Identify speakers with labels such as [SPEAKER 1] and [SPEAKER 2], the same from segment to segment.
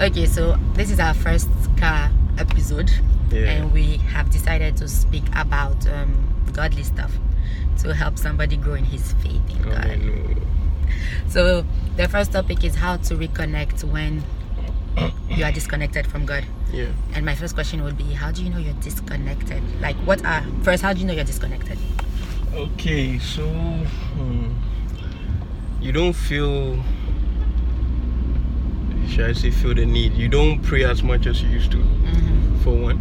[SPEAKER 1] Okay, so this is our first car episode,
[SPEAKER 2] Yeah.
[SPEAKER 1] and we have decided to speak about um, godly stuff to help somebody grow in his faith in God.
[SPEAKER 2] I mean,
[SPEAKER 1] So the first topic is how to reconnect when you are disconnected from God.
[SPEAKER 2] yeah.
[SPEAKER 1] And my first question would be, how do you know you're disconnected? Like, what are first? How do you know you're disconnected?
[SPEAKER 2] Okay, so hmm, you don't feel. Should I say feel the need? You don't pray as much as you used to.
[SPEAKER 1] Mm-hmm.
[SPEAKER 2] For one,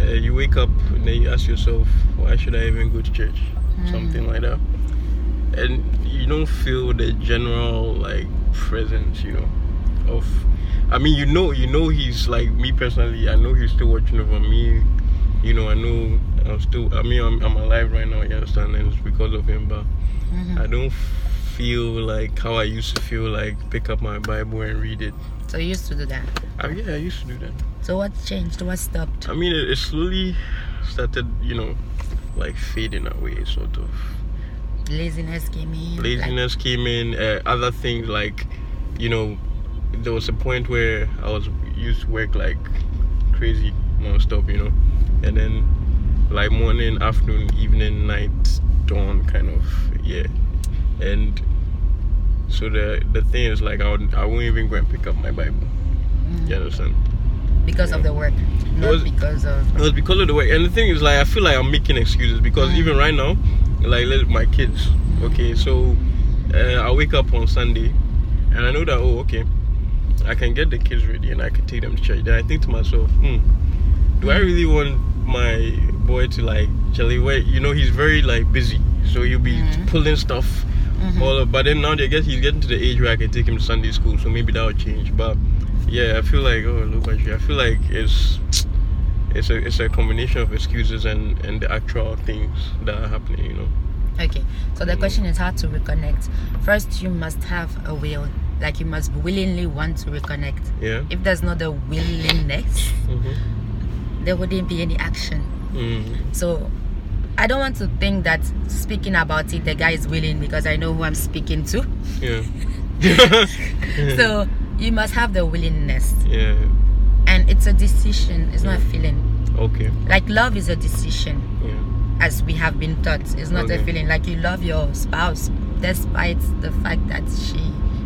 [SPEAKER 2] uh, you wake up and then you ask yourself, why should I even go to church? Something like that. And you don't feel the general like presence, you know, of. I mean, you know, you know, he's like me personally. I know he's still watching over me. You know, I know I'm still. I mean, I'm, I'm alive right now. You understand? And it's because of him. But
[SPEAKER 1] Mm-hmm.
[SPEAKER 2] I don't feel like how I used to feel like pick up my Bible and read it.
[SPEAKER 1] So you used to do that.
[SPEAKER 2] I, yeah, I used to do that.
[SPEAKER 1] So what changed? What stopped?
[SPEAKER 2] I mean, it, it slowly started, you know, like fading away, sort of.
[SPEAKER 1] Laziness came in. like-
[SPEAKER 2] Laziness came in, uh, other things like, you know, there was a point where I was used to work like crazy non-stop, you know, and then like morning, afternoon, evening, night, dawn, kind of, yeah, and so the the thing is like I would, I won't even go and pick up my Bible.
[SPEAKER 1] Mm.
[SPEAKER 2] You understand?
[SPEAKER 1] because of the work, not
[SPEAKER 2] was-
[SPEAKER 1] because of.
[SPEAKER 2] It was because of the way, and the thing is, like, I feel like I'm making excuses because
[SPEAKER 1] Mm.
[SPEAKER 2] even right now, like, let my kids. Okay, so uh, I wake up on Sunday, and I know that oh, okay, I can get the kids ready and I can take them to church. Then I think to myself, hmm, do I really want my boy to like jelly wait? You know, he's very like busy, so he'll be
[SPEAKER 1] Mm.
[SPEAKER 2] pulling stuff.
[SPEAKER 1] Mhm.
[SPEAKER 2] All but then now I guess he's getting to the age where I can take him to Sunday school, so maybe that'll change. But yeah, I feel like oh look at you. I feel like it's it's a it's a combination of excuses and and the actual things that are happening. You know.
[SPEAKER 1] Okay, so the
[SPEAKER 2] Mm.
[SPEAKER 1] question is how to reconnect. First, you must have a will, like you must willingly want to reconnect.
[SPEAKER 2] Yeah.
[SPEAKER 1] If there's not the willingness,
[SPEAKER 2] Mm-hmm.
[SPEAKER 1] there wouldn't be any action.
[SPEAKER 2] Mm.
[SPEAKER 1] So, I don't want to think that speaking about it, the guy is willing because I know who I'm speaking to.
[SPEAKER 2] Yeah. Mm.
[SPEAKER 1] So, you must have the willingness,
[SPEAKER 2] Yeah.
[SPEAKER 1] and it's a decision, it's not a
[SPEAKER 2] Mm.
[SPEAKER 1] feeling.
[SPEAKER 2] Okay.
[SPEAKER 1] Like, love is a decision.
[SPEAKER 2] Yeah.
[SPEAKER 1] as we have been taught. It's not a
[SPEAKER 2] Okay.
[SPEAKER 1] feeling like you love your spouse despite the fact that she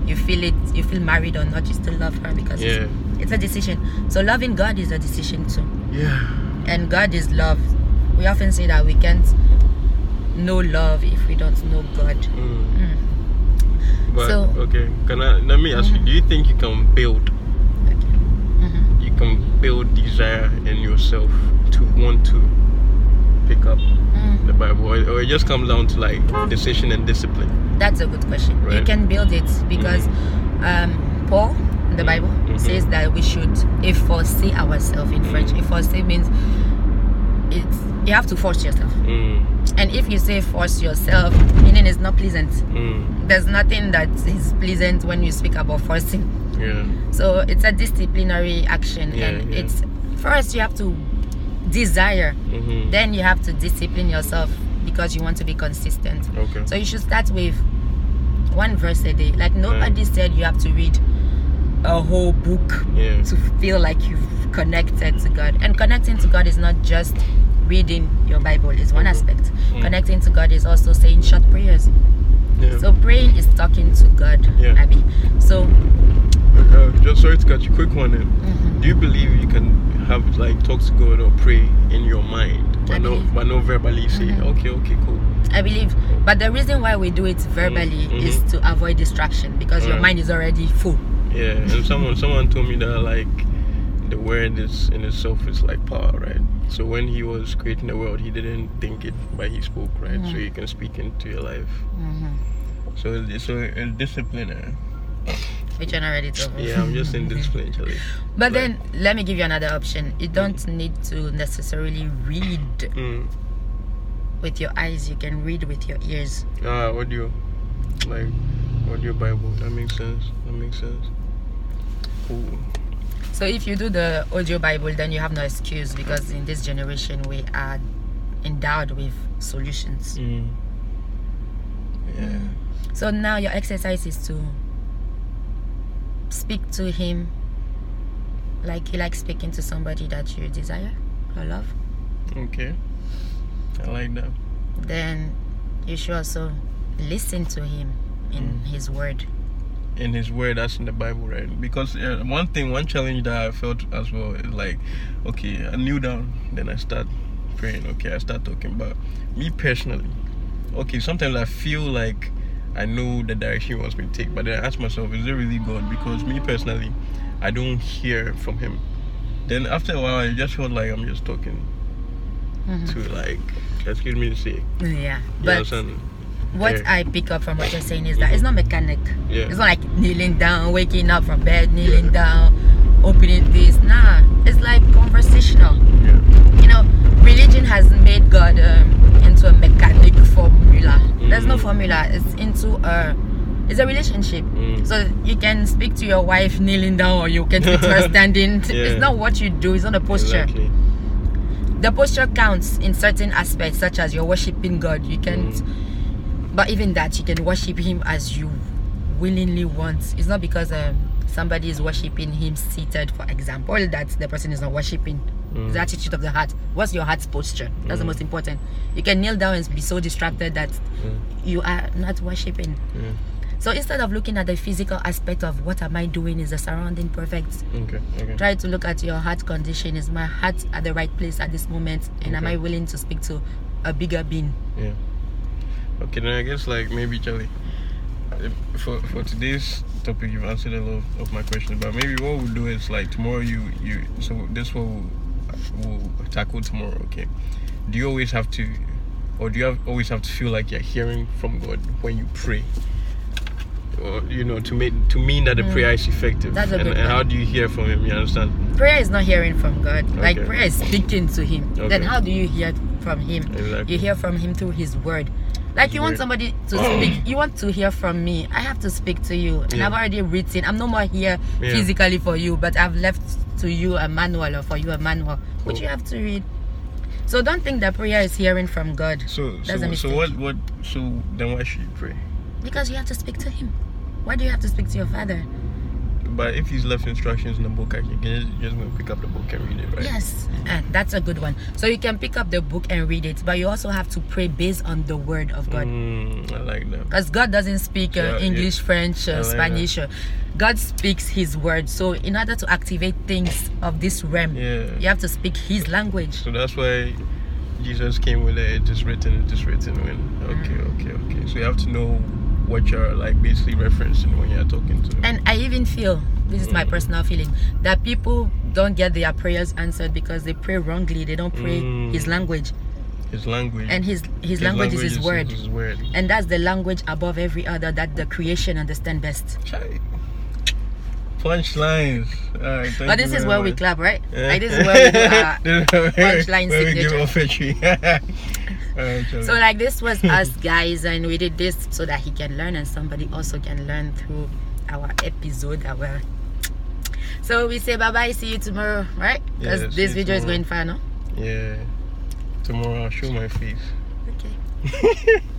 [SPEAKER 1] you feel it you feel married or not, you still love her because
[SPEAKER 2] Yeah.
[SPEAKER 1] it's, it's a decision. So loving God is a decision too.
[SPEAKER 2] Yeah.
[SPEAKER 1] And God is love. We often say that we can't know love if we don't know God.
[SPEAKER 2] Mm.
[SPEAKER 1] Mm,
[SPEAKER 2] But
[SPEAKER 1] So- Uh-huh.
[SPEAKER 2] okay, can I let me ask you? Do you think you can build
[SPEAKER 1] okay. Mhm.
[SPEAKER 2] you can build desire in yourself to want to pick up
[SPEAKER 1] Mm,
[SPEAKER 2] the Bible, or, or it just comes down to like decision and discipline?
[SPEAKER 1] That's a good question. You
[SPEAKER 2] Right. Mm-hmm.
[SPEAKER 1] can build it because um, Paul in the
[SPEAKER 2] Mm,
[SPEAKER 1] Bible
[SPEAKER 2] mhm.
[SPEAKER 1] says that we should efforcer ourselves in French.
[SPEAKER 2] Mm.
[SPEAKER 1] Efforcer means it's you have to force yourself.
[SPEAKER 2] Mm,
[SPEAKER 1] And if you say force yourself, meaning it's not pleasant.
[SPEAKER 2] mm,
[SPEAKER 1] There's nothing that is pleasant when you speak about forcing.
[SPEAKER 2] yeah,
[SPEAKER 1] So it's a disciplinary action,
[SPEAKER 2] Yeah,
[SPEAKER 1] and
[SPEAKER 2] yeah.
[SPEAKER 1] it's first you have to desire,
[SPEAKER 2] mm-hmm.
[SPEAKER 1] then you have to discipline yourself because you want to be consistent.
[SPEAKER 2] okay,
[SPEAKER 1] So you should start with one verse a day. Like nobody
[SPEAKER 2] Mm.
[SPEAKER 1] said you have to read a whole book
[SPEAKER 2] yeah,
[SPEAKER 1] to feel like you've connected to God. And connecting to God is not just reading your Bible, is one
[SPEAKER 2] Mhm.
[SPEAKER 1] aspect.
[SPEAKER 2] Mm.
[SPEAKER 1] Connecting to God is also saying short prayers.
[SPEAKER 2] yeah.
[SPEAKER 1] So praying is talking to God,
[SPEAKER 2] Yeah.
[SPEAKER 1] Abby. So
[SPEAKER 2] Uh, just sorry to cut you. Quick one. Then.
[SPEAKER 1] mhm.
[SPEAKER 2] Do you believe you can have like talk to God or pray in your mind,
[SPEAKER 1] I
[SPEAKER 2] but no,
[SPEAKER 1] believe.
[SPEAKER 2] but no verbally say,
[SPEAKER 1] Mhm.
[SPEAKER 2] okay, okay, cool.
[SPEAKER 1] I believe but the reason why we do it verbally
[SPEAKER 2] Mhm.
[SPEAKER 1] is to avoid distraction because your
[SPEAKER 2] Alright.
[SPEAKER 1] mind is already full.
[SPEAKER 2] Yeah, and someone someone told me that like the word is in itself is like power, right? So when he was creating the world, he didn't think it, but he spoke, right? So
[SPEAKER 1] Mhm.
[SPEAKER 2] you can speak into your life. Mm-hmm.
[SPEAKER 1] Mhm.
[SPEAKER 2] So it- so it- discipline. eh?
[SPEAKER 1] Which one already told
[SPEAKER 2] Yeah, I'm just in discipline, Charlie. Like-
[SPEAKER 1] But then let me give you another option. You don't need to necessarily read
[SPEAKER 2] Mm.
[SPEAKER 1] with your eyes, you can read with your ears.
[SPEAKER 2] Ah, audio, like audio Bible. That makes sense. That makes sense. Cool.
[SPEAKER 1] So if you do the audio Bible, then you have no excuse because in this generation we are endowed with solutions.
[SPEAKER 2] Mm. Yeah.
[SPEAKER 1] So now your exercise is to speak to him like you like speaking to somebody that you desire or love
[SPEAKER 2] Okay. I like that.
[SPEAKER 1] then you should also listen to him in
[SPEAKER 2] Mm.
[SPEAKER 1] his word
[SPEAKER 2] in his word that's in the bible right because uh, one thing one challenge that i felt as well is like okay i kneel down then i start praying okay i start talking but me personally okay sometimes i feel like i know the direction he wants me to take but then i ask myself is it really god because me personally i don't hear from him then after a while i just felt like i'm just talking
[SPEAKER 1] Mhm.
[SPEAKER 2] to like excuse me to say
[SPEAKER 1] yeah
[SPEAKER 2] yeah,
[SPEAKER 1] but
[SPEAKER 2] son.
[SPEAKER 1] what
[SPEAKER 2] yeah.
[SPEAKER 1] i pick up from what you're saying is that it's not mechanic
[SPEAKER 2] Eh. Mm-hmm. Yeah.
[SPEAKER 1] it's not like kneeling down waking up from bed kneeling down opening this nah it's like conversational
[SPEAKER 2] yeah
[SPEAKER 1] you know, religion has made God um, into a mechanic formula. There's no
[SPEAKER 2] Mhm.
[SPEAKER 1] formula. It's into a, it's a relationship.
[SPEAKER 2] Mm.
[SPEAKER 1] So you can speak to your wife kneeling down, or you can speak to her standing.
[SPEAKER 2] Yeah.
[SPEAKER 1] It's not what you do. It's not the posture.
[SPEAKER 2] exactly
[SPEAKER 1] The posture counts in certain aspects, such as you're worshiping God. You can,
[SPEAKER 2] Mm.
[SPEAKER 1] but even that, you can worship Him as you willingly want. It's not because um, somebody is worshiping Him seated, for example, that the person is not worshiping.
[SPEAKER 2] Mm.
[SPEAKER 1] It's the attitude of the heart. What's your heart's posture? That's the most important. You can kneel down and be so distracted that
[SPEAKER 2] Mm.
[SPEAKER 1] you are not worshiping.
[SPEAKER 2] yeah.
[SPEAKER 1] So instead of looking at the physical aspect of what am I doing, is the surrounding perfect?
[SPEAKER 2] okay okay
[SPEAKER 1] Try to look at your heart condition. Is my heart at the right place at this moment? And am
[SPEAKER 2] Okay.
[SPEAKER 1] I willing to speak to a bigger being?
[SPEAKER 2] Yeah. Okay, then I guess like maybe Charlie, if- for for today's topic, you've answered a lot of my questions. But maybe what we'll do is like tomorrow you you so this one we'll, we'll tackle tomorrow. Okay. Do you always have to, or do you have, always have to feel like you're hearing from God when you pray? Or you know to make to mean that the prayer is effective.
[SPEAKER 1] Mm. That's a
[SPEAKER 2] and,
[SPEAKER 1] good
[SPEAKER 2] and how
[SPEAKER 1] one.
[SPEAKER 2] do you hear from Him? You understand?
[SPEAKER 1] Prayer is not hearing from God. Like
[SPEAKER 2] Okay.
[SPEAKER 1] prayer is speaking to Him. Then
[SPEAKER 2] Okay.
[SPEAKER 1] how do you hear from Him?
[SPEAKER 2] Exactly.
[SPEAKER 1] You hear from Him through His Word. Like you want
[SPEAKER 2] Word.
[SPEAKER 1] somebody to speak. You want to hear from me. I have to speak to you, and
[SPEAKER 2] Yeah.
[SPEAKER 1] I've already written. I'm no more here
[SPEAKER 2] Yeah.
[SPEAKER 1] physically for you, but I've left to you a manual or for you a manual, which
[SPEAKER 2] Cool.
[SPEAKER 1] you have to read. So don't think that prayer is hearing from God
[SPEAKER 2] So
[SPEAKER 1] That's
[SPEAKER 2] so
[SPEAKER 1] a
[SPEAKER 2] so
[SPEAKER 1] mistake.
[SPEAKER 2] what what so then why should you pray?
[SPEAKER 1] because you have to speak to Him. Why do you have to speak to your Father?
[SPEAKER 2] But if he's left instructions in the book, I can just, just gonna pick up the book and read it, right?
[SPEAKER 1] Yes, and that's a good one. So you can pick up the book and read it, but you also have to pray based on the Word of God.
[SPEAKER 2] Mm, I like that.
[SPEAKER 1] because God doesn't speak
[SPEAKER 2] Yeah,
[SPEAKER 1] uh,
[SPEAKER 2] yeah.
[SPEAKER 1] English, French,
[SPEAKER 2] Yeah,
[SPEAKER 1] uh,
[SPEAKER 2] yeah.
[SPEAKER 1] Spanish. uh, God speaks His word. So, in order to activate things of this realm,
[SPEAKER 2] Yeah.
[SPEAKER 1] you have to speak His language.
[SPEAKER 2] So that's why Jesus came with it. It is written. It is written. When
[SPEAKER 1] Mm.
[SPEAKER 2] okay, okay, okay. So you have to know what you're like basically referencing when you're talking to.
[SPEAKER 1] And I even feel this is my
[SPEAKER 2] Mm.
[SPEAKER 1] personal feeling that people don't get their prayers answered because they pray wrongly. They don't pray
[SPEAKER 2] Mm.
[SPEAKER 1] His language,
[SPEAKER 2] his language.
[SPEAKER 1] and His His, language, is His word.
[SPEAKER 2] His word.
[SPEAKER 1] and that's the language above every other that the creation understand best.
[SPEAKER 2] Chai. Punchlines. All right. Thank
[SPEAKER 1] But
[SPEAKER 2] you
[SPEAKER 1] this is
[SPEAKER 2] very
[SPEAKER 1] where we
[SPEAKER 2] much.
[SPEAKER 1] clap, right?
[SPEAKER 2] Yeah.
[SPEAKER 1] Like, this is where we do our
[SPEAKER 2] This is where-
[SPEAKER 1] punchline
[SPEAKER 2] where we give
[SPEAKER 1] signature.
[SPEAKER 2] offertory. All right, Charlie.
[SPEAKER 1] So like this was us guys, and we did this so that he can learn, and somebody also can learn through our episode. Our so we say bye bye, see you tomorrow, right? Because
[SPEAKER 2] Yeah, see
[SPEAKER 1] this
[SPEAKER 2] you
[SPEAKER 1] video is
[SPEAKER 2] tomorrow.
[SPEAKER 1] going far, no?
[SPEAKER 2] yeah. Tomorrow I'll show my face.
[SPEAKER 1] Okay.